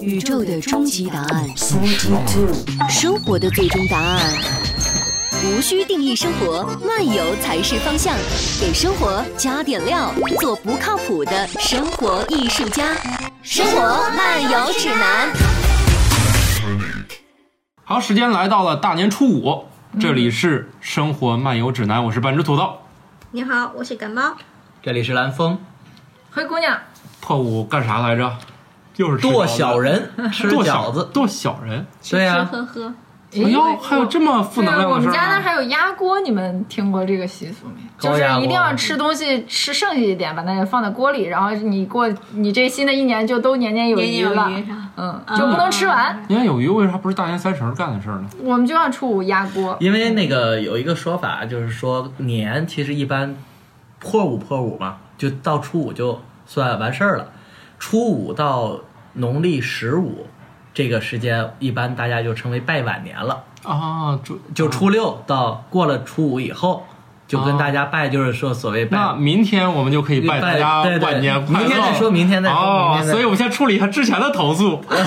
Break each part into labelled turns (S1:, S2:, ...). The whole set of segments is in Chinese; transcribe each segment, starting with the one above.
S1: 宇宙的终极答案，生活的最终答案。无需定义生活，漫游才是方向。给生活加点料，做不靠谱的生活艺术家。生活漫游指南。
S2: 好，时间来到了大年初五，
S3: 嗯
S2: 这里是《生活漫游指南》，我是半只土豆。
S4: 你好，我是感冒。
S3: 这里是蓝峰，
S5: 灰姑娘，
S2: 破五干啥来着？又是吃
S3: 剁
S2: 饺子
S3: 小， 人吃
S2: 剁
S3: 饺
S2: 小
S3: 子，
S2: 剁小人。
S3: 对啊呀、
S4: 吃吃喝喝，
S5: 哎
S2: 哎呦，还有这么负能
S5: 对，啊
S2: 量
S5: 我
S2: 的
S3: 啊
S2: 事
S5: 们家那
S2: 儿啊
S5: 儿
S2: 吗？
S5: 还有压锅，你们听过这个习俗没？
S3: 高
S5: 就是
S3: 压锅
S5: 一定要吃东西吃剩下一点，把那个放在锅里，然后你过你这新的一年就都年年有
S4: 年年
S5: 余
S4: 有
S5: 了，
S4: 余啥？
S5: 嗯，就不能吃完。
S2: 年年有余，为啥不是大年三十儿干的事儿呢？
S5: 我们就要初五压锅，
S3: 因为那个有一个说法，就是说年其实一般破五破五嘛，就到初五就算完事儿了。初五到农历十五这个时间，一般大家就称为拜晚年了。
S2: 啊，就
S3: 就初六到过了初五以后，就跟大家拜，就是说所谓拜。
S2: 那明天我们就可以拜大家
S3: 对对
S2: 万年快乐。
S3: 明天再说明天再说
S2: 哦
S3: 明，天再说
S2: 所以我们先处理一下之前的投诉。
S3: 啊，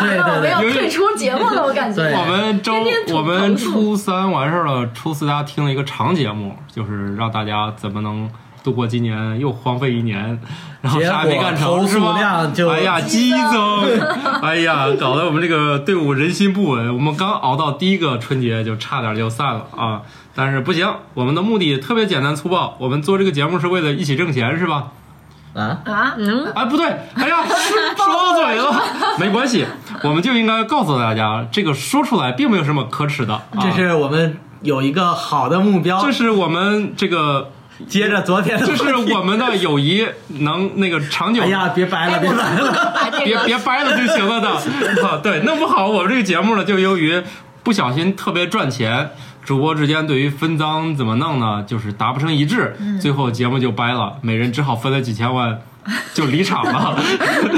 S3: 对
S5: 我
S3: 对
S5: 们要
S3: 对，
S5: 退出节目了，我感觉。
S3: 对
S2: 我们周
S5: 天天吐
S2: 我们
S5: 投诉
S2: 初三完事儿了，初四大家听了一个长节目，就是让大家怎么能度过今年又荒废一年，然后
S3: 结
S2: 啥也没
S3: 果
S2: 干
S3: 投
S2: 成，
S3: 诉
S2: 是吗
S3: 量？就
S2: 哎呀，激增， 哎呀，搞得我们这个队伍人心不稳。我们刚熬到第一个春节就差点就散了啊！但是不行，我们的目的特别简单粗暴，我们做这个节目是为了一起挣钱，是吧？
S3: 啊，
S5: 啊，
S2: 哎，不对，哎呀，说到嘴了，没关系，我们就应该告诉大家，这个说出来并没有什么可耻的。啊、
S3: 这是我们有一个好的目标
S2: 这，是我们这个，
S3: 接着昨天的
S2: 这是
S3: 话题
S2: 我们的友谊能那个长久。
S3: 哎呀，别掰了，别掰了。
S5: 把这
S2: 别
S5: 个
S2: 别掰了就行了的。 啊对，弄不好我们这个节目呢，就由于不小心特别赚钱，主播之间对于分赃怎么弄呢，就是达不成一致，最后节目就掰了，每人只好分了几千万，就离场了，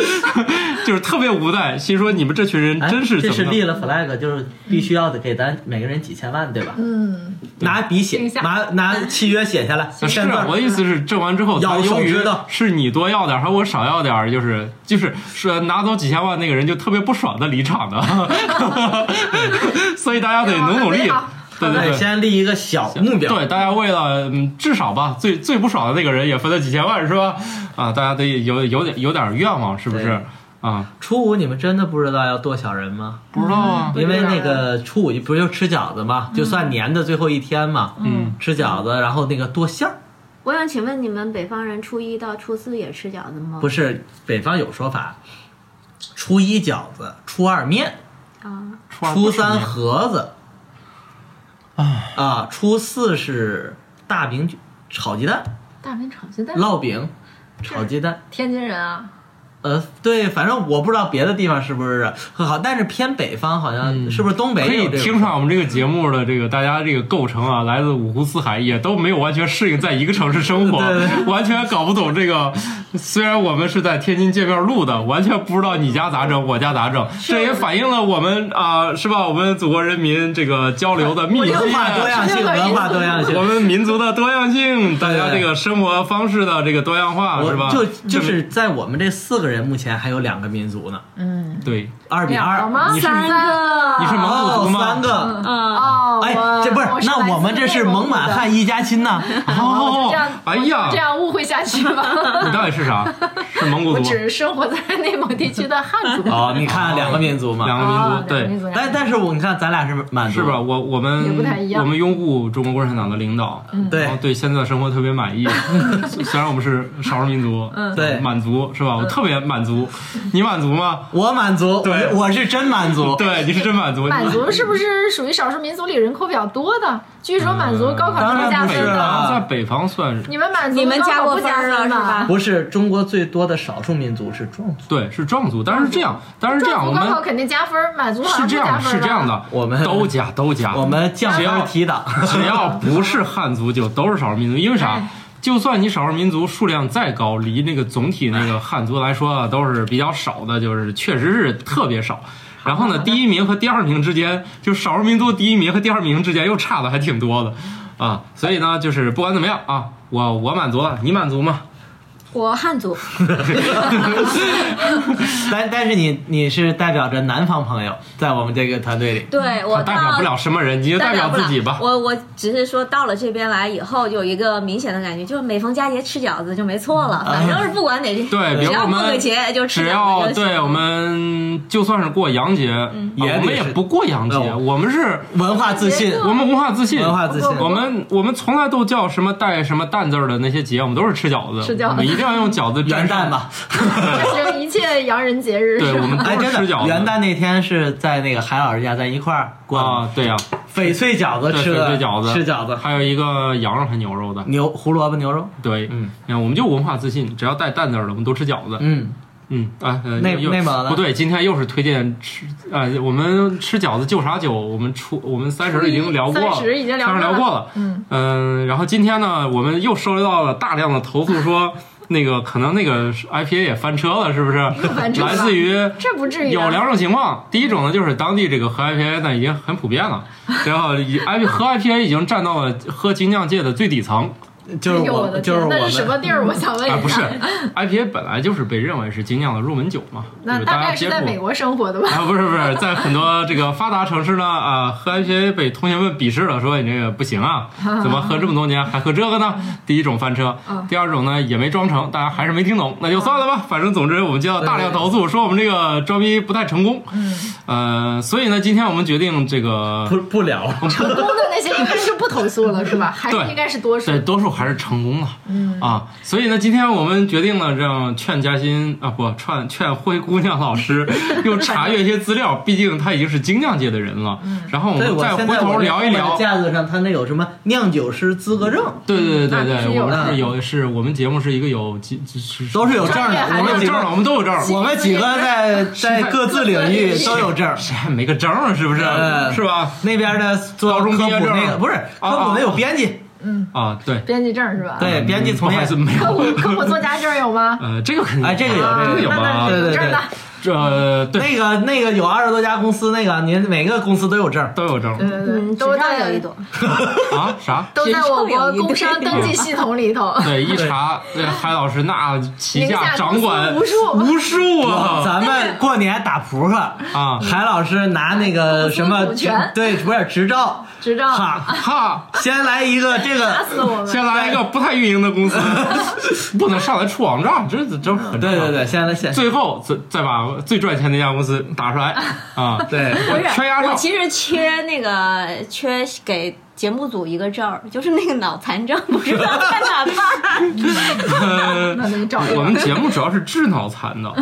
S2: 就是特别无奈。心说你们这群人
S3: 哎
S2: 真是
S3: 这
S2: 怎
S3: 是
S2: 么
S3: 立
S2: 弄？
S3: 了 flag，就是必须要得给咱每个人几千万，对吧？嗯，拿笔写
S5: 定，下
S3: 拿拿契约写下来，哎
S2: 是
S3: 签字
S2: 啊，我的意思是，挣完之后，
S3: 要
S2: 咱由
S3: 手
S2: 于
S3: 指头
S2: 是你多要点儿，还是我少要点儿，就是就是说拿走几千万那个人就特别不爽的离场的， 所以大家得努努力
S5: 好。
S2: 对对
S3: 对，
S2: 对，
S3: 哎先立一个小目标。
S2: 对，大家为了嗯，至少吧，最最不爽的那个人也分了几千万，是吧？啊，大家得有有点有点愿望，是不是
S3: 对？
S2: 啊，
S3: 初五你们真的不知道要剁小人吗？
S2: 不知道啊，
S3: 因为那个初五不是就吃饺子嘛，就算年的最后一天嘛，
S2: 嗯，
S3: 吃饺子，然后那个剁馅儿，
S4: 我想请问你们北方人初一到初四也吃饺子吗？
S3: 不是北方有说法，初一饺子，初二面，
S4: 啊，
S2: 初二
S3: 初
S2: 不吃
S3: 三
S2: 面
S3: 盒子，啊，初四是大饼卷炒鸡蛋。
S5: 大饼炒鸡蛋，
S3: 烙饼、炒鸡蛋，
S5: 天津人啊，
S3: 呃，对，反正我不知道别的地方是不是很好，但是偏北方好像是不是东
S2: 嗯可
S3: 北
S2: 以
S3: 有这
S2: 哎听
S3: 种？
S2: 上我们这个节目的这个大家这个构成啊，来自五湖四海，也都没有完全适应在一个城市生活，
S3: 对对
S2: 完全搞不懂这个。虽然我们是在天津见面录的，完全不知道你家咋整，我家咋整。这也反映了我们啊、是吧？我们祖国人民这个交流的密集
S3: 文化多样性，文化多样
S2: 我
S3: 性，
S2: 们民族的多样性，大家这
S3: 对
S2: 个生活方式的这个多样化，是吧？
S3: 就就是在我们这四个人目前还有两个民族呢，
S5: 嗯，
S2: 对，
S3: 二比
S5: 两个
S3: 二，
S5: 吗？
S2: 你是
S5: 三个，
S2: 你是蒙古
S3: 哦
S2: 族，吗？
S3: 三个，
S4: 啊，
S5: 哦，
S3: 哎，
S5: 我
S3: 这不是，那我们这是蒙满，汉一家亲 呐，
S5: 我来
S2: 哦
S5: 自内蒙古的，
S2: 哎
S5: 我就这样我就 这
S2: 呀，
S5: 样误会下去 吧。
S2: 你到底是 啥？是蒙古
S5: 我
S2: 族，
S5: 只是生活在内蒙地区的汉 族。
S3: 哦，你看两个民族
S2: 两
S3: 嘛，
S2: 个
S5: 哦
S2: 民族，
S5: 两个民
S2: 对，
S5: 族两个
S3: 但但是我你看咱俩是满族
S2: 是吧？？我我们
S5: 也不太一样嗯
S2: 我们拥护中国共产党的领导，然后
S3: 对
S2: 对现在的生活特别 满意。虽虽然我们是少数民族，
S5: 嗯
S3: 对
S2: 满族是吧？我特别满足，你满足吗？
S3: 我满族，
S2: 对
S3: 我是真满族，
S2: 对，你是真满足，
S5: 满族是不是属于少数民族里人口比较多的？据说满
S2: 呃
S5: 族高考
S3: 当然
S5: 是加
S2: 北
S3: 不
S5: 分
S3: 是
S5: 的。
S2: 方
S3: 了
S2: 啊在北方算是
S5: 你们满族
S4: 你们
S5: 高
S4: 加
S5: 考
S4: 过
S5: 不
S4: 分啊
S5: 加
S4: 儿了
S5: 分
S4: 是吧？
S3: 不是中国最多的少数民族是壮族，
S2: 对，是壮族，但是这样，但是这样，
S5: 壮
S2: 我
S5: 族高
S2: 们
S5: 考肯定加分，满族好像不
S2: 是这
S5: 加
S2: 样，
S5: 分啊
S2: 是这样
S5: 吧。
S2: 的，
S3: 我们
S2: 都加都加，
S3: 我们降
S2: 只要
S3: 分提档。
S2: 只要不是汉族，就都是少数民族，因为啥？
S6: 哎
S2: 就算你少数民族数量再高，离那个总体那个汉族来说啊，都是比较少的，就是确实是特别少。然后呢，第一名和第二名之间，就少数民族第一名和第二名之间又差的还挺多的，啊，所以呢，就是不管怎么样啊，我我满足了，你满足吗？
S4: 我汉族，
S3: 但但是你你是代表着南方朋友在我们这个团队里，
S6: 对我
S2: 他代表
S6: 到
S2: 不了什么人，你就代表
S6: 啊不了
S2: 自己吧。
S6: 我我只是说到了这边来以后，有一个明显的感觉，就是每逢佳节吃饺子就没错了，反正是不管哪天，
S2: 嗯对，比
S6: 只
S2: 如
S6: 要
S2: 我
S6: 过个
S2: 们
S6: 节就吃
S2: 只
S6: 饺
S2: 要
S6: 子就行嗯
S2: 对我们就算是过洋节，啊我
S3: 也得
S2: 们也
S3: 是
S2: 不过洋节，
S3: 哦
S2: 我们是。
S3: 文化自信，
S2: 我们文化自信，
S3: 文化自信
S2: 我们我们从来都叫什么带什么蛋字儿的那些节，我们都是吃饺子，
S5: 吃饺子
S2: 我们一定要用饺 子
S3: 元
S2: 沾上
S3: 旦。吧，
S5: 就是一切洋人节日
S2: 对，
S5: 是
S2: 我们
S5: 吧？
S3: 哎，
S2: 都
S3: 真
S2: 是吃饺
S3: 的，
S2: 子。
S3: 元旦那天是在那个海老师家，咱一块儿过的
S2: 啊，对呀，
S3: 翡翠饺子
S2: 对
S3: 吃
S2: 翡
S3: 的，
S2: 翠饺子
S3: 吃饺子，
S2: 还有一个羊肉和牛肉的，
S3: 牛胡萝卜牛肉，
S2: 对，
S3: 嗯
S2: 嗯，我们就文化自信，只要带蛋字儿的，我们都吃饺子。
S3: 嗯，
S2: 嗯啊，呃
S3: 内
S2: 又
S3: 内蒙呢
S2: 不对，今天又是推荐吃啊、我们吃饺子就啥酒？我们初我们三十已经聊过了，
S5: 三十已经聊
S2: 三
S5: 过
S2: 十
S5: 了
S2: 聊过了。
S5: 嗯
S2: 嗯、然后今天呢，我们又收到了大量的投诉说那个可能那个 IPA 也翻车了，是不是？
S5: 翻车了
S2: 来自于
S5: 这不至于啊
S2: 有两种情况，第一种呢就是当地这个喝 IPA 呢已经很普遍了，然后以 I 喝 IPA 已经占到了喝精酿界的最底层。
S3: 就是
S5: 哎呦
S3: 我
S5: 的
S3: 就是
S5: 天，
S3: 我
S5: 那是什么
S3: 们，
S5: 地儿？我想问一
S2: 啊
S5: 下，，
S2: 不是，IPA 本来就是被认为是精酿的入门酒嘛，
S5: 那
S2: 对吧
S5: 大
S2: 家
S5: 概
S2: 接
S5: 是
S2: 触
S5: 在美国生活的吧？
S2: 啊，不是不是，在很多这个发达城市呢，啊，喝 IPA 被同学们鄙视了，说你这个不行啊，怎么喝这么多年还喝这个呢？第一种翻车，第二种呢也没装成，大家还是没听懂，那就算了吧。反正总之我们接到大量投诉，说我们这个装逼不太成功，呃，所以呢，今天我们决定这个。
S3: 不不聊了，
S5: 成功的那些应该是不投诉了，是吧？还是
S2: 对
S5: 应该是多数
S2: 对，？多数还是成功了，嗯啊，所以呢，今天我们决定了让劝嘉欣啊，不劝劝灰姑娘老师又查阅一些资料，毕竟她已经是精酿界的人了。然后我
S3: 对
S2: 们
S3: 我
S2: 再
S3: 现
S2: 回
S3: 在
S2: 头
S3: 我
S2: 聊一聊，
S3: 架子上他那有什么酿酒师资格证，
S2: 对对对
S5: 那必须
S2: 对，
S5: 有
S2: 我们
S3: 的
S2: 是有是我们节目是一个有几是
S3: 都是有证
S5: 专业
S3: 的，
S5: 还
S3: 我
S5: 是
S3: 们
S2: 有
S3: 几
S2: 证儿了，我
S3: 个
S2: 们都有证儿，
S3: 我们几个在在各自领域
S5: 谁
S3: 都有证儿。
S2: 谁还没个证儿是不是？
S3: 嗯
S2: 是吧？
S3: 那边的做
S2: 高
S3: 科
S2: 中
S3: 普
S2: 毕业证
S3: 那个
S2: 啊
S3: 不是
S2: 啊
S3: 科普
S2: 啊
S3: 的有编辑，
S2: 啊，对嗯
S5: 编辑证是吧？
S3: 对编辑从
S2: 不好
S3: 业
S2: 意思，没
S5: 科
S2: 有，
S5: 普科普作家证有吗？
S2: 呃，这个肯定
S3: 哎，这个有
S5: 啊
S2: 这
S3: 这个
S2: 个有
S5: 那
S2: 吧
S5: 那
S3: 对对
S5: 有证的，
S2: 这呃对
S3: 那个那个有二十多家公司，那个您每个公司都有 证儿。
S2: 都有证
S5: 对
S2: 儿
S5: 对对，
S4: 嗯，
S5: 都
S4: 纸上
S5: 在
S4: 有一朵，
S2: 啊啥？
S5: 都在我国
S6: 纸上有一堆
S5: 工商登记系统里 头，
S2: 对，一查，对海老师那旗
S5: 名
S2: 下
S5: 下
S2: 掌管
S5: 公司无 数
S2: 无数啊
S3: 咱们过年打扑克，
S2: 啊
S3: 海老师拿那个什
S5: 公司
S3: 么
S5: 股权
S3: 对，不是执照，
S5: 执照
S3: 哈，
S2: 哈！
S3: 先来一个 这
S5: 打
S3: 个，
S5: 死我们！
S2: 先来一个不太运营的公司，不能上来出网站，这这很
S3: 对对
S2: 对。
S3: 对，先来先
S2: 最后再再把最赚钱那家公司打出来啊！
S3: 对，
S2: 我缺牙
S6: 我
S2: 套，
S6: 其实缺那个缺给节目组一个证儿，就是那个脑残证，不知道在 哪办。
S2: 呃
S5: 那得找一
S2: 我
S5: 个
S2: 们节目主要是治脑残的，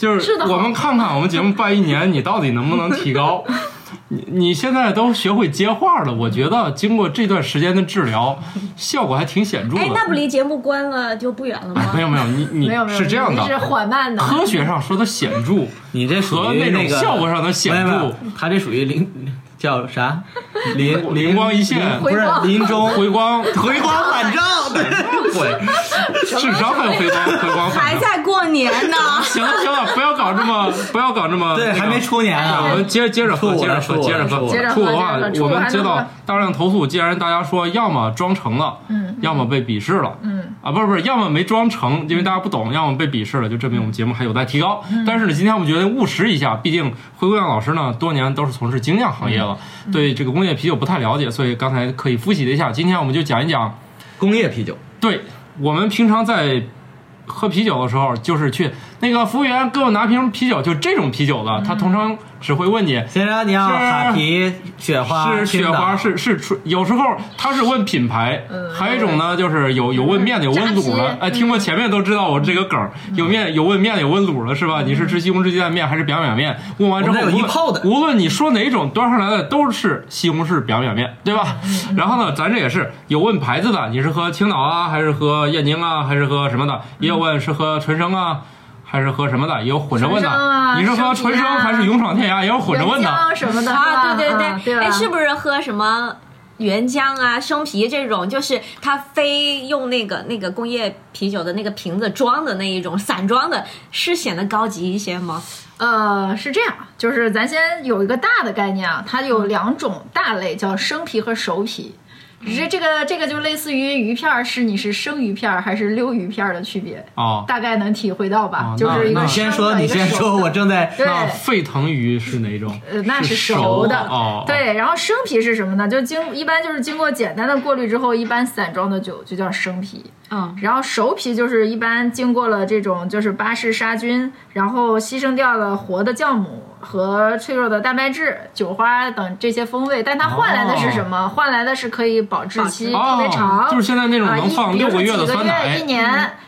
S2: 就是
S5: 治得好
S2: 我们看看我们节目办一年，你到底能不能提高？你你现在都学会接话了，我觉得经过这段时间的治疗，效果还挺显著的。
S6: 哎，那不离节目关了就不远了吗？
S2: 没有没有，你你
S5: 没有没有，
S2: 是这样
S5: 你是
S2: 的，
S5: 缓慢的，
S2: 科学上说的显著
S3: 你这属
S2: 和
S3: 于
S2: 那种
S3: 个
S2: 效果上的显
S3: 没有没有
S2: 著，
S3: 他这属于灵叫啥？灵
S2: 灵光一现
S3: 不是
S5: 回光
S3: 临终
S2: 回光，回
S3: 回光返照，对。
S2: 鬼，智商还有回光回光返
S6: 还
S2: 照。
S6: 在过年呢，
S2: 行了行了，不要搞这么不要搞这么
S3: 对，
S2: 那个
S3: 还没出年
S2: 啊我
S3: 啊
S2: 们。接接着喝，
S3: 初五
S2: 接着
S3: 了
S2: 喝，
S3: 初五
S2: 接着
S3: 了
S2: 喝
S3: 初五，
S5: 了
S2: 初五啊
S5: 哎接着喝接着喝
S2: 我们接
S5: 初五还能
S2: 到
S5: 喝
S2: 大量投诉，既然大家说要么装成了，
S5: 嗯，
S2: 要么被鄙视了，
S5: 嗯，
S2: 啊，不是不是，要么没装成，因为大家不懂，要么被鄙视了，就证明我们节目还有待提高。
S5: 嗯
S2: 但是呢，今天我们决定务实一下，毕竟灰姑娘老师呢，多年都是从事精酿行业了，
S5: 嗯
S2: 对这个工业啤酒不太了解，所以刚才刻意复习了一下。今天我们就讲一讲，
S3: 工业啤酒，
S2: 对我们平常在喝啤酒的时候，就是去那个服务员给我拿瓶啤酒，就这种啤酒的，他
S5: 嗯
S2: 通常只会问你。
S3: 先生你好，
S2: 是
S3: 哈啤、雪花、
S2: 是雪花，
S3: 青岛
S2: 是是纯，有时候他是问品牌，
S5: 嗯
S2: 还有一种呢，就是有有问面的，有
S5: 扎嗯
S2: 问卤的
S5: 啤。
S2: 哎，听过前面都知道我这个梗儿，有面有问面的，有问卤的，是吧？你
S5: 嗯
S2: 是吃西红柿鸡蛋面还是表表面？问完之后，
S3: 我们
S2: 无
S3: 那有
S2: 论
S3: 一泡的
S2: 无论你说哪种，端上来的都是西红柿表表面，对吧？
S5: 嗯
S2: 然后呢，咱这也是有问牌子的，你是喝青岛啊，还是喝燕京啊，还是喝什么的？也有问是喝纯生啊。还是喝什么的，也有混着问的。
S5: 纯生啊
S2: 你是喝
S5: 生啤
S2: 纯生
S5: 啊
S2: 还是勇闯天涯，也有混着问的。
S5: 原浆什么的
S6: 啊，对对
S5: 对，
S6: 哎，
S5: 吧
S6: 是不是喝什么原浆啊、生啤这种，就是他非用那个那个工业啤酒的那个瓶子装的那一种散装的，是显得高级一些吗？
S5: 呃，是这样，啊
S6: 嗯
S5: 就是咱先有一个大的概念啊，它有两种大类，叫生啤和熟啤。只是这个这个就类似于鱼片儿，是你是生鱼片儿还是溜鱼片儿的区别，
S2: 哦，
S5: 大概能体会到吧？
S2: 哦
S5: 就是一
S2: 那
S5: 个生
S3: 你啊先
S5: 的
S3: 说，你
S5: 一个
S3: 先
S5: 熟
S3: 说，
S5: 的
S3: 我正在
S5: 对
S2: 那啊沸腾鱼是哪种？
S5: 呃，那
S2: 是
S5: 熟
S2: 熟的哦
S5: 对。然后生皮是什么呢？就经一般就是经过简单的过滤之后，一般散装的酒就叫生皮。
S6: 嗯，
S5: 然后熟皮就是一般经过了这种就是巴氏杀菌，然后牺牲掉了活的酵母和脆弱的蛋白质、酒花等这些风味，但它换来的是什么？换来的是可以保质期
S2: 哦
S5: 特别长，
S2: 就是现在那种
S5: 啊
S2: 能
S5: 一
S2: 放
S5: 比如
S2: 六
S5: 说
S2: 个月
S5: 几
S2: 的酸
S5: 个
S2: 奶
S5: 月一，年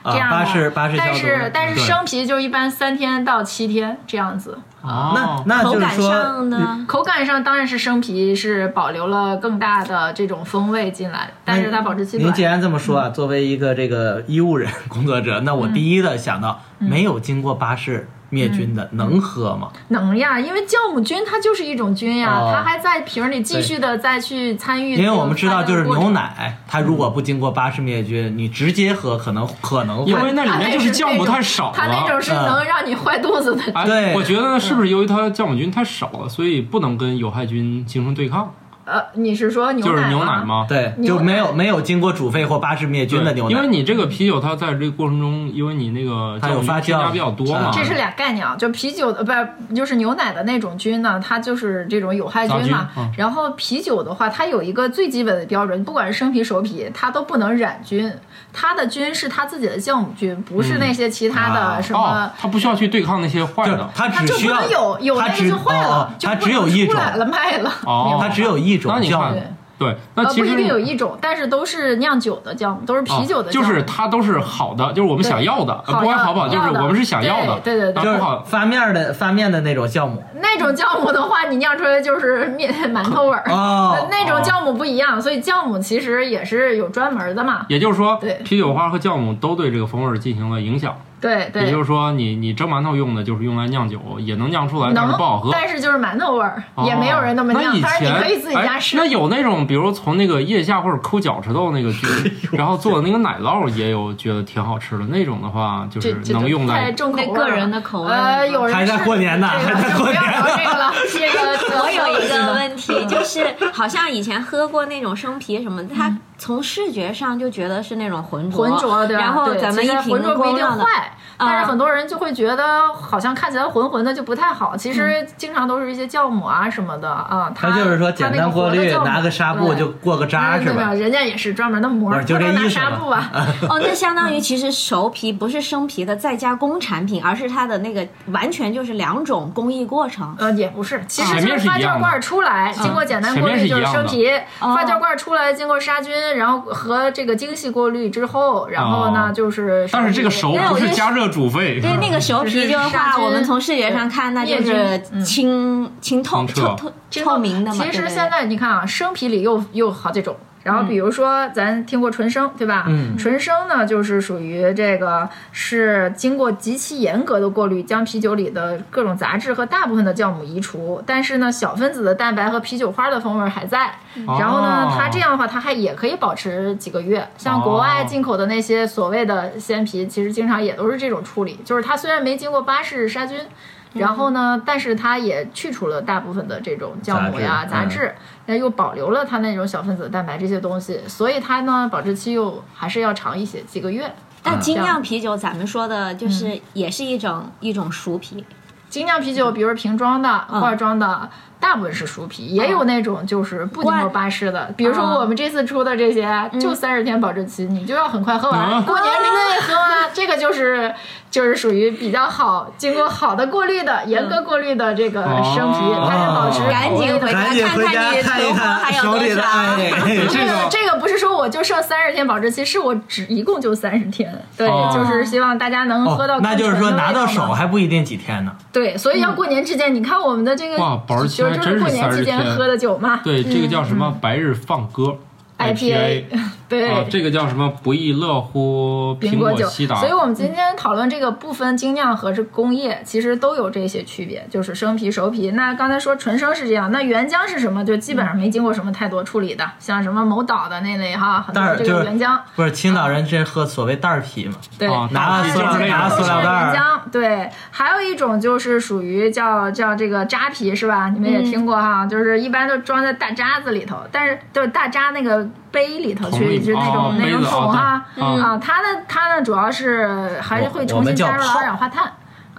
S5: 这样的。
S3: 啊巴氏巴氏消
S5: 但
S3: 毒
S5: 是。但是
S2: 对
S5: 生皮就一般三天到七天这样子。
S3: 那
S2: 哦，
S5: 啊
S3: 那
S6: 口
S3: 就是
S6: 感
S3: 说
S6: 上，呢，
S5: 口感上当然是生皮是保留了更大的这种风味进来，但是它保质期
S3: 您
S5: 短
S3: 既。然这么说啊，作为一个这个医务人工作者，那我
S5: 嗯
S3: 第一的想到，没有经过巴氏灭菌
S5: 嗯
S3: 的能喝吗？
S5: 能呀，因为酵母菌它就是一种菌呀，
S3: 哦
S5: 它还在瓶里继续的再去参与这
S3: 因
S5: 个发酵的过程。
S3: 为我们知道，就是牛奶，它如果不经过巴氏灭菌，你直接喝可能可能
S2: 因
S3: 会
S2: 为那里面就是酵母太少
S5: 它
S3: 哦
S5: 那种嗯
S2: 了。
S5: 是
S3: 嗯
S5: 能让你坏肚子的。
S2: 哎，
S3: 对
S2: 我觉得是不是由于它酵母菌太少了，所以不能跟有害菌形成对抗？
S5: 呃，你是说牛奶
S2: 就是牛奶
S5: 吗？
S2: 吗？
S3: 对，
S5: 牛
S3: 就
S5: 奶
S3: 没有没有经过煮沸或巴氏灭啊菌的牛奶，
S2: 因为你这个啤酒它在这个过程中，因为你那个
S3: 它有
S2: 酵母菌
S3: 发酵
S2: 添加比较多嘛，
S3: 啊
S5: 这是俩概念啊，就啤酒的不就是牛奶的那种菌呢，它就是这种有害菌嘛
S2: 杂。菌嗯
S5: 然后啤酒的话，它有一个最基本的标准，不管是生啤熟啤，它都不能染菌。它的菌是它自己的酵母菌，不是那些其他
S3: 啊
S5: 的什么。
S2: 嗯哦，它不需要去对抗那些坏
S3: 就是
S2: 的。
S3: 它
S5: 它
S3: 只
S5: 就
S3: 需
S5: 不
S3: 要
S5: 能有有
S3: 它
S5: 那个
S3: 只
S5: 就坏了
S3: 哦哦，
S5: 就
S3: 它
S5: 不
S3: 只有
S5: 能
S3: 一
S5: 出
S3: 种，
S5: 来了卖了。
S2: 哦
S5: 明白
S3: 它只有一种
S2: 那你
S3: 酵
S2: 看
S3: 母
S5: 对，
S2: 对，那
S5: 呃，
S2: 其
S5: 不
S2: 实
S5: 一定有一种，但是都是酿酒的酵母，都是啤酒的酵
S2: 啊就
S5: 母。
S2: 是它都是好的，就是我们想要的，
S5: 对
S2: 呃不管好不好，
S5: 好
S2: 就
S5: 要
S2: 是我们是想要的，
S5: 对对对对
S2: 啊
S3: 就
S2: 不
S3: 是
S2: 好。
S3: 发面的发面的那种酵母
S5: 那种酵母的话，你酿出来就是面 馒头味儿。
S3: 哦
S5: 那种酵母不一样，所以酵母其实也是有专门的嘛。
S2: 也就是说
S5: 对，
S2: 啤酒花和酵母都对这个风味儿进行了影响。
S5: 对对，
S2: 也就是说你，你蒸馒头用的就是用来酿酒，也能酿出来，但
S5: 能
S2: 是不好喝。
S5: 但是就是馒头味儿，
S2: 哦
S5: 也没有人那么
S2: 那
S5: 酿。
S2: 以
S5: 当然
S2: 前
S5: 你可以自己家
S2: 哎
S5: 试。
S2: 那有那种，比如从那个腋下或者抠脚趾头那 个菌，然后做的那个奶酪，也有觉得挺好吃的。那种的话，就
S5: 这
S2: 是
S5: 这
S2: 能
S5: 就
S2: 用
S5: 太
S2: 来
S5: 重口味
S6: 那
S5: 儿了
S6: 个人的口味
S5: 呃，有人
S3: 还在
S5: 是
S3: 过年呢
S5: 这个
S3: 还在过年
S5: 不要聊这个了，这 个这个
S6: 我有一个问题，
S5: 嗯
S6: 就是好像以前喝过那种生啤什么，它从视觉上就觉得是那种浑浊，
S5: 嗯浑浊，对吧？啊
S6: 然后
S5: 对
S6: 咱们
S5: 其
S6: 一
S5: 实
S6: 瓶
S5: 浑浊不一
S6: 光
S5: 定
S6: 亮的，
S5: 坏，但是
S6: 啊
S5: 很多人就会觉得好像看起来浑浑的就不太好，其
S6: 嗯
S5: 实经常都是一些酵母啊什么的啊。它
S3: 它就是说简单过滤，拿个纱布就过个
S5: 扎
S3: 渣是吧？
S5: 嗯人家也是专门的膜
S3: 不
S5: 儿，
S3: 是就
S5: 不
S3: 这
S5: 能拿
S3: 意思
S5: 纱
S3: 吧
S5: 布啊。
S6: 哦，那相当于其实熟皮不是生皮的再加工产品，而是它的那个完全就是两种工艺过程。
S5: 呃，也不是，其实
S2: 啊前
S5: 就
S2: 面是
S5: 发
S2: 一样
S5: 酵
S2: 的啊
S5: 罐儿出来，经过简单
S2: 前
S5: 过
S2: 面
S5: 滤
S2: 是
S5: 就
S2: 一
S5: 是
S2: 样
S5: 生
S2: 的
S5: 皮，
S6: 哦
S5: 发酵罐儿出来经过杀菌，然后和这个精细过滤之后，然后
S2: 哦
S5: 呢就是，
S2: 但是这个熟
S6: 那
S2: 不
S6: 我就是
S2: 加热煮沸，
S6: 对，那个熟
S5: 就是
S6: 皮就是
S5: 杀
S6: 话，
S5: 菌
S6: 我们从视觉上看，那就
S5: 灭
S6: 是
S5: 菌嗯
S6: 清清透
S2: 清澈
S6: 透透
S5: 这
S6: 透
S5: 种
S6: 明的嘛。
S5: 其
S6: 对
S5: 实
S6: 不对嗯
S5: 现在你看啊，生啤里又又好几种。然后比如说，咱听过纯生，对吧？
S3: 嗯
S5: 纯生呢，就是属于这个是经过极其严格的过滤，将啤酒里的各种杂质和大部分的酵母移除，但是呢，小分子的蛋白和啤酒花的风味儿还在。然后呢
S2: 哦，
S5: 它这样的话，它还也可以保持几个月。像国外
S2: 哦
S5: 进口的那些所谓的鲜啤，其实经常也都是这种处理，就是它虽然没经过巴氏杀菌，然后呢，但是它也去除了大部分的这种酵母呀、
S3: 杂
S5: 杂
S3: 质嗯
S5: 质，那、又保留了它那种小分子蛋白这些东西，所以它呢保质期又还是要长一些，几个月。
S6: 但
S3: 嗯
S6: 精酿啤酒，咱们说的
S5: 嗯
S6: 就是也是一种一种熟啤，
S5: 精酿啤酒，比如瓶装的、
S6: 嗯
S5: 罐装的，大部分是熟啤，也有那种就是
S3: 嗯
S5: 不经过
S6: 罐
S5: 巴氏的。比如说
S6: 啊
S5: 我们这次出的这些，就三十天保质期，你就要很快喝
S2: 啊
S3: 嗯
S5: 完，过年之内喝完。这个就是就是属于比较好，经过好的过滤的、严格过滤的这个生啤，
S2: 哦
S5: 它是保持
S6: 赶紧回家
S3: 嗯赶紧回家
S6: 看看
S3: 一
S6: 你存货
S3: 看
S6: 还有
S3: 手里的，
S6: 多少
S3: 哎，
S5: 这
S2: 这
S5: 个
S2: 个
S5: 这个不是说我就剩三十天保质期，是我只一共就三十天，对，
S2: 哦
S5: 就是希望大家能喝到
S3: 哦，
S5: 更
S3: 那就是说
S5: 纯的
S3: 拿
S5: 味
S3: 到
S5: 道嘛
S3: 手还不一定几天呢。
S5: 对，所以要过年之前，你看我们的这个
S2: 哇保质期
S5: 就是
S2: 还真是
S5: 过年期
S2: 30
S5: 间
S2: 天
S5: 喝的酒嘛，
S2: 对这个叫什么白日放歌
S5: IPA 对。
S2: 啊，这个叫什么？不亦乐乎
S5: 苹
S2: 果
S5: 酒，
S2: 西达。
S5: 所以我们今天讨论这个不分精酿和是工业，其实都有这些区别，就是生啤、熟啤。那刚才说纯生是这样，那原浆是什么？就基本上没经过什么太多处理的，像什么某岛的那类哈，很
S3: 袋
S5: 多
S3: 儿
S5: 这
S3: 就
S5: 个
S3: 是
S5: 原浆，
S3: 不是青岛人之前喝所谓袋儿啤嘛？
S5: 对。
S2: 啊，
S3: 哦拿
S2: 大
S3: 塑料
S2: 就是那
S3: 拿
S2: 个
S3: 塑料袋儿
S5: 原浆，对，还有一种就是属于叫叫这个扎啤是吧？你们也听过哈，就是一般都装在大渣子里头，但是就是大渣那个杯里头
S2: 桶里
S5: 去，就那种、
S2: 哦
S5: 那种
S2: 杯子
S5: 桶哈、
S2: 哦对嗯
S5: 啊，它呢它呢主要是还是会
S3: 我我
S5: 重
S3: 们
S5: 新
S3: 叫
S5: 加入了
S3: 泡
S5: 二氧化碳。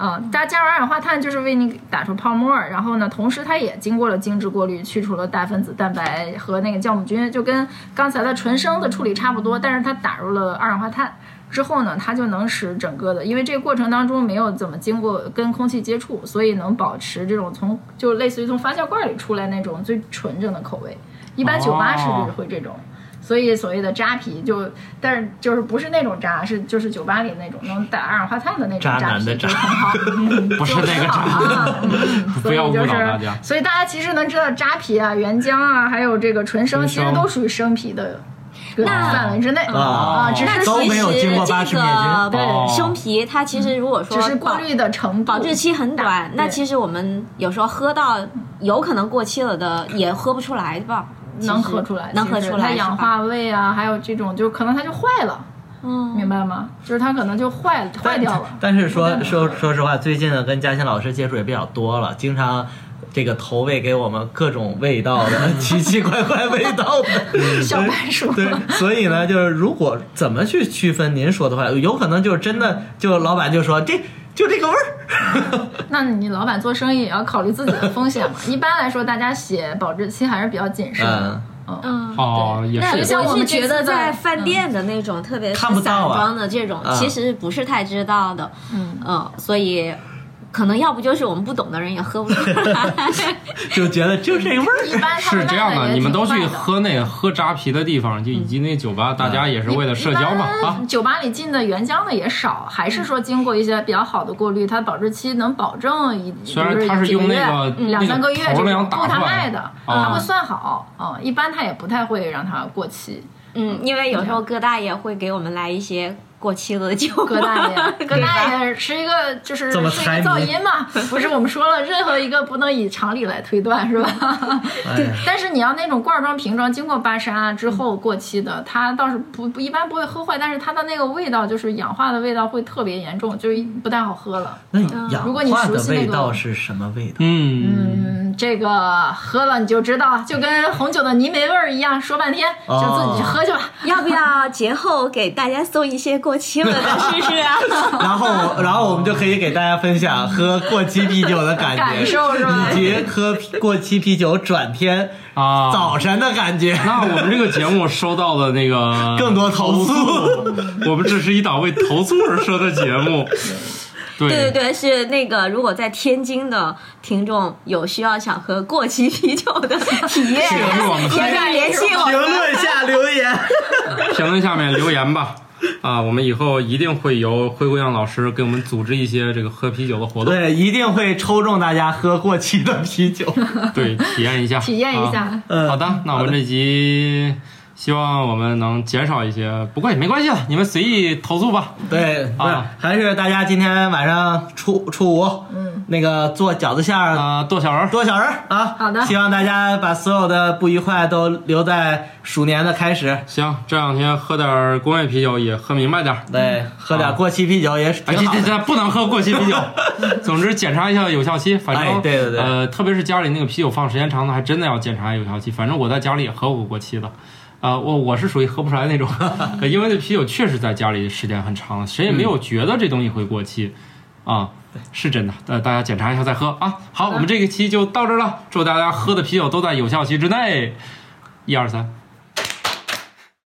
S5: 嗯，它加入二氧化碳就是为你打出泡沫儿，然后呢，同时它也经过了精致过滤，去除了大分子蛋白和那个酵母菌，就跟刚才的纯生的处理差不多，但是它打入了二氧化碳。之后呢，它就能使整个的，因为这个过程当中没有怎么经过跟空气接触，所以能保持这种从就类似于从发酵罐里出来那种最纯正的口味。一般酒吧是
S2: 哦
S5: 会这种，所以所谓的扎啤就，但是就是不是那种扎，是就是酒吧里那种能打二氧化碳的那种
S3: 渣
S5: 扎
S3: 男的
S5: 啤，就
S3: 渣
S5: 很好， 嗯
S2: 不是那个渣
S5: 就很好啊嗯
S2: 不要误导大
S5: 所以就
S2: 家
S5: 是所以大家其实能知道扎啤啊、原浆啊，还有这个纯生，
S2: 纯
S5: 其
S2: 生
S5: 实都属于生啤的范围之内
S3: 啊
S5: 啊，只
S6: 那
S5: 是
S3: 都
S6: 其
S3: 没
S6: 实
S3: 有经过巴氏
S6: 这
S3: 灭
S6: 个
S3: 菌
S2: 哦
S6: 生啤，它其实如果说
S5: 只是过
S6: 保
S5: 滤的程度，
S6: 保质期很短，那
S5: 对
S6: 其实我们有时候喝到有可能过期了的也喝不出来吧？其实
S5: 能喝出来，
S6: 能喝
S5: 其实
S6: 出来，
S5: 它
S6: 是吧
S5: 氧，化胃啊，还有这种，就可能它就坏了，
S6: 嗯，
S5: 明白吗？就是它可能就坏了，坏掉了。
S3: 但是说说说实话，最近呢跟嘉欣老师接触也比较多了，经常这个投喂给我们各种味道 的奇奇怪怪味道
S5: 嗯
S3: 的
S5: 小白鼠
S3: 对，所以呢，就是如果怎么去区分您说的话，有可能就是真的，就老板就说这就这个 味儿，
S5: 那你老板做生意也要考虑自己的风险嘛。一般来说，大家写保质期还是比较谨慎的
S3: 嗯。，
S5: 嗯，
S6: 嗯。
S2: 哦，也
S6: 那
S5: 就是像我
S6: 我
S5: 们
S6: 是
S5: 这
S6: 觉
S5: 次
S6: 得
S5: 在
S6: 在饭店的那种，特别是
S3: 看不
S6: 散
S3: 到啊
S6: 装的这种，
S3: 嗯
S6: 其实不是太知道的。
S5: 嗯
S6: 嗯，所以可能要不就是我们不懂的人也喝不出 来。
S3: 就觉得就这个味儿。
S5: 一般他
S2: 是这样
S5: 卖
S2: 的，
S5: 也
S2: 你们
S5: 挺
S2: 都去
S5: 快的嗯
S2: 喝那个喝扎啤的地方，就以及那酒吧，大家也是为了社交嘛
S5: 一般
S2: 啊。
S5: 酒吧里进的原浆的也少，还是说经过一些比较好的过滤，它保质期能保证一，
S2: 虽然
S5: 就是
S2: 它是
S5: 几个
S2: 用那
S5: 月
S2: 个
S5: 嗯两
S2: 那个
S5: 三个月
S2: 头儿
S5: 这
S2: 那
S5: 种
S2: 样
S5: 够
S2: 打
S5: 它
S2: 出来
S5: 卖的，
S2: 啊
S5: 它会算好。嗯，一般它也不太会让它过期。
S6: 嗯，因为有时候哥大爷会给我们来一些过期了的酒。
S5: 葛大 爷，葛大
S6: 爷，
S5: 爷是一个就是是
S3: 怎
S5: 一
S3: 么
S5: 个
S3: 猜谜
S5: 噪音 嘛？不是，我们说了，任何一个不能以常理来推断，是吧？
S3: 哎呀嗯
S5: 但是你要那种罐装、瓶装，经过巴沙之后过期的，它倒是不不一般不会喝坏，但是它的那个味道就是氧化的味道会特别严重，就是不太好喝了。
S3: 那氧
S5: 嗯如果你
S3: 化
S5: 熟
S3: 的
S5: 悉那个
S3: 味道是什么味道？
S2: 嗯，
S5: 嗯，这个喝了你就知道了，就跟红酒的泥煤味儿一样，说半天就自己
S3: 哦
S5: 去喝去吧。
S6: 要不要节后给大家送一些过期了的试试 啊？
S3: 然后我，然后我们就可以给大家分享喝过期啤酒的感觉，
S5: 感受是吧
S3: 以及喝过期啤酒转天
S2: 啊
S3: 早晨的感觉。
S2: 那我们这个节目收到的那个
S3: 更多投诉
S2: 诉，我们这是一档为投诉而设的节 目。对
S6: 对对对，是那个，如果在天津的听众有需要想喝过期啤酒的 体验，
S2: 是是我们
S6: 也可以联系我
S3: 评
S6: 们。
S3: 论下留言，
S2: 评论下面留言吧。啊，我们以后一定会由灰姑娘老师给我们组织一些这个喝啤酒的活动，
S3: 对，一定会抽中大家喝过期的啤酒。
S2: 对，体验一下，
S5: 体验一下
S2: 啊
S3: 嗯
S2: 好的，那我们这集希望我们能减少一些，不过也没关系了，你们随意投诉吧。
S3: 对，不是，还是大家今天晚上初初五，嗯，那个做饺子馅儿
S2: 啊，剁小人儿，
S3: 多小人儿啊！
S5: 好的
S3: 希望大家把所有的不愉快都留在鼠年的开始。
S2: 行，这两天喝点儿工业啤酒也喝明白点儿。
S3: 对，喝点过期啤酒也是
S2: 哎，
S3: 挺
S2: 这
S3: 好
S2: 这
S3: 的。
S2: 这不能喝过期啤酒。总之检查一下有效期，反正、
S3: 哎对对对
S2: 呃，特别是家里那个啤酒放时间长的，还真的要检查有效期。反正我在家里也喝过过期的，啊、我我是属于喝不出来那 种，呃因为那啤酒确实在家里时间很长了，谁也没
S3: 嗯
S2: 有觉得这东西会过期，啊、是真的。呃，大家检查一下再喝啊。好，我们这个期就到这儿了，祝大家喝的啤酒都在有效期之内。一二三，